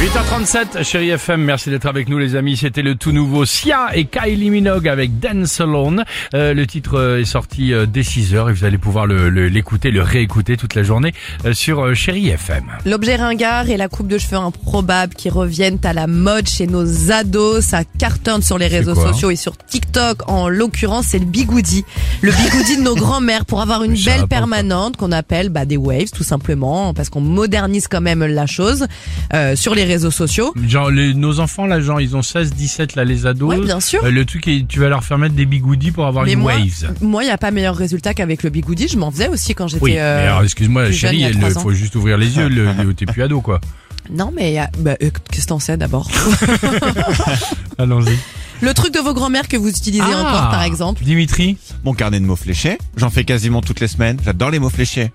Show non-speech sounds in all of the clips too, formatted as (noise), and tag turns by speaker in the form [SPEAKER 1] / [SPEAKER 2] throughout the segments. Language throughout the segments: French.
[SPEAKER 1] 8h37, chérie FM, merci d'être avec nous les amis. C'était le tout nouveau Sia et Kylie Minogue avec Dance Alone. Euh, le titre euh, est sorti euh, dès 6h et vous allez pouvoir le- le- l'écouter, le, réécouter toute la journée euh, sur euh, chérie FM.
[SPEAKER 2] L'objet ringard et la coupe de cheveux improbable qui reviennent à la mode chez nos ados, ça cartonne sur les réseaux
[SPEAKER 1] quoi hein
[SPEAKER 2] sociaux et sur TikTok. En l'occurrence, c'est le bigoudi. Le bigoudi de nos grands-mères pour avoir une
[SPEAKER 1] (laughs) Mais ça va
[SPEAKER 2] belle
[SPEAKER 1] pas,
[SPEAKER 2] permanente qu'on appelle bah, des waves tout simplement parce qu'on modernise quand même la chose euh, sur les réseaux sociaux.
[SPEAKER 1] Genre les- nos enfants là, genre ils ont 16, 17 là les ados.
[SPEAKER 2] Ouais, bien sûr.
[SPEAKER 1] Euh, le truc est, tu vas leur faire mettre des bigoudis pour avoir
[SPEAKER 2] Mais
[SPEAKER 1] une
[SPEAKER 2] moi,
[SPEAKER 1] waves.
[SPEAKER 2] moi, il n'y a pas meilleur résultat qu'avec le bigoudi. Je m'en faisais aussi quand j'étais...
[SPEAKER 1] Oui, mais
[SPEAKER 2] euh,
[SPEAKER 1] alors excuse-moi
[SPEAKER 2] plus jeune,
[SPEAKER 1] chérie,
[SPEAKER 2] il y a
[SPEAKER 1] elle-
[SPEAKER 2] trois ans.
[SPEAKER 1] faut juste ouvrir les yeux, le, le- t'es plus
[SPEAKER 2] (laughs)
[SPEAKER 1] ado quoi.
[SPEAKER 2] Non, mais il y a- bah, euh, qu'est-ce que t'en sais d'abord
[SPEAKER 1] Allons-y.
[SPEAKER 2] Le truc de vos grands-mères que vous utilisez
[SPEAKER 1] Ah.
[SPEAKER 2] encore, par exemple.
[SPEAKER 1] Dimitri,
[SPEAKER 3] Mon carnet de mots fléchés, j'en fais quasiment toutes les semaines. J'adore les
[SPEAKER 1] (laughs)
[SPEAKER 3] mots fléchés.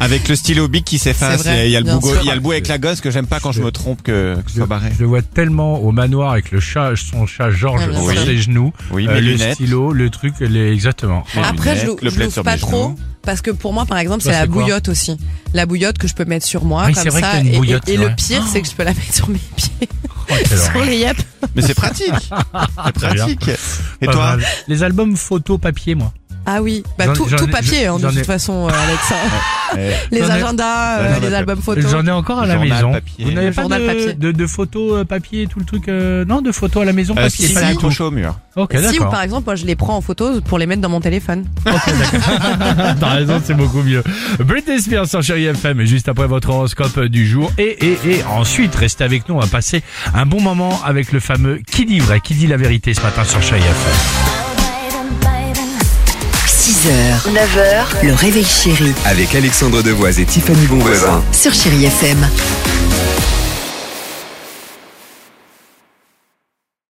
[SPEAKER 3] avec le stylo bic qui s'efface,
[SPEAKER 2] C'est vrai,
[SPEAKER 3] et il y a le
[SPEAKER 2] bien
[SPEAKER 3] bougo-
[SPEAKER 2] sûr.
[SPEAKER 3] il y a le bout avec la gosse que j'aime pas quand je me trompe que, que ce soit barré.
[SPEAKER 1] je le vois tellement au manoir avec le chat, son chat Georges
[SPEAKER 2] Ah, bien
[SPEAKER 1] sur
[SPEAKER 3] sûr.
[SPEAKER 1] ses genoux.
[SPEAKER 3] Oui,
[SPEAKER 1] Euh,
[SPEAKER 3] mes
[SPEAKER 1] le
[SPEAKER 3] lunettes.
[SPEAKER 1] stylo, le truc, les- exactement.
[SPEAKER 3] mes
[SPEAKER 2] Après, je
[SPEAKER 3] lunettes,
[SPEAKER 2] l'ou-
[SPEAKER 3] le
[SPEAKER 2] je
[SPEAKER 3] plaid
[SPEAKER 2] l'ouvre
[SPEAKER 3] sur
[SPEAKER 2] pas
[SPEAKER 3] mes
[SPEAKER 2] trop
[SPEAKER 3] genoux.
[SPEAKER 2] parce que pour moi, par exemple,
[SPEAKER 1] Toi,
[SPEAKER 2] c'est la
[SPEAKER 1] c'est quoi
[SPEAKER 2] bouillotte aussi. La bouillotte que je peux mettre sur moi
[SPEAKER 1] Oui, c'est
[SPEAKER 2] comme
[SPEAKER 1] vrai que t'as
[SPEAKER 2] ça.
[SPEAKER 1] une
[SPEAKER 2] et-
[SPEAKER 1] bouillotte,
[SPEAKER 2] et
[SPEAKER 1] c'est vrai.
[SPEAKER 2] le pire, c'est que je peux la mettre sur mes
[SPEAKER 1] (laughs)
[SPEAKER 2] pieds,
[SPEAKER 1] Oh, quelle
[SPEAKER 2] sur
[SPEAKER 1] horreur.
[SPEAKER 2] les yeux.
[SPEAKER 3] Mais
[SPEAKER 1] (laughs)
[SPEAKER 3] c'est pratique. c'est
[SPEAKER 1] Très bien.
[SPEAKER 3] pratique. Et
[SPEAKER 1] Pas
[SPEAKER 3] toi
[SPEAKER 1] mal. Les albums photo papier, moi.
[SPEAKER 2] Ah oui, bah
[SPEAKER 1] J'en-
[SPEAKER 2] tout,
[SPEAKER 1] j'en
[SPEAKER 2] tout
[SPEAKER 1] ai-
[SPEAKER 2] papier hein, de
[SPEAKER 1] j'en ai-
[SPEAKER 2] toute façon, euh, Alex. hein.
[SPEAKER 3] Eh,
[SPEAKER 2] les
[SPEAKER 1] J'en ai-
[SPEAKER 2] agendas, euh,
[SPEAKER 3] J'en ai-
[SPEAKER 2] les albums photos.
[SPEAKER 1] J'en ai encore à la
[SPEAKER 3] Journal
[SPEAKER 1] maison.
[SPEAKER 3] papier.
[SPEAKER 1] Vous n'avez pas
[SPEAKER 2] Journal
[SPEAKER 1] de,
[SPEAKER 2] papier.
[SPEAKER 1] de, de photos euh, papier, tout le truc. euh, non, de photos à la maison
[SPEAKER 3] euh,
[SPEAKER 1] papier.
[SPEAKER 3] si,
[SPEAKER 1] pas
[SPEAKER 3] si,
[SPEAKER 1] du tout.
[SPEAKER 3] accroché au mur.
[SPEAKER 1] Ok,
[SPEAKER 2] si ou
[SPEAKER 1] d'accord.
[SPEAKER 2] par exemple, moi je les prends en photo pour les mettre dans mon téléphone.
[SPEAKER 1] T'as raison, c'est beaucoup mieux. Britney Spears sur Chéri FM, juste après votre horoscope du jour. Et, et, et ensuite, restez avec nous, on va passer un bon moment avec le fameux qui dit vrai, qui dit la vérité ce matin sur Chéri FM.
[SPEAKER 4] 6h, 9h, le réveil chéri
[SPEAKER 5] Avec Alexandre Devoise et Tiffany Bonvoisin.
[SPEAKER 4] sur Chéri FM.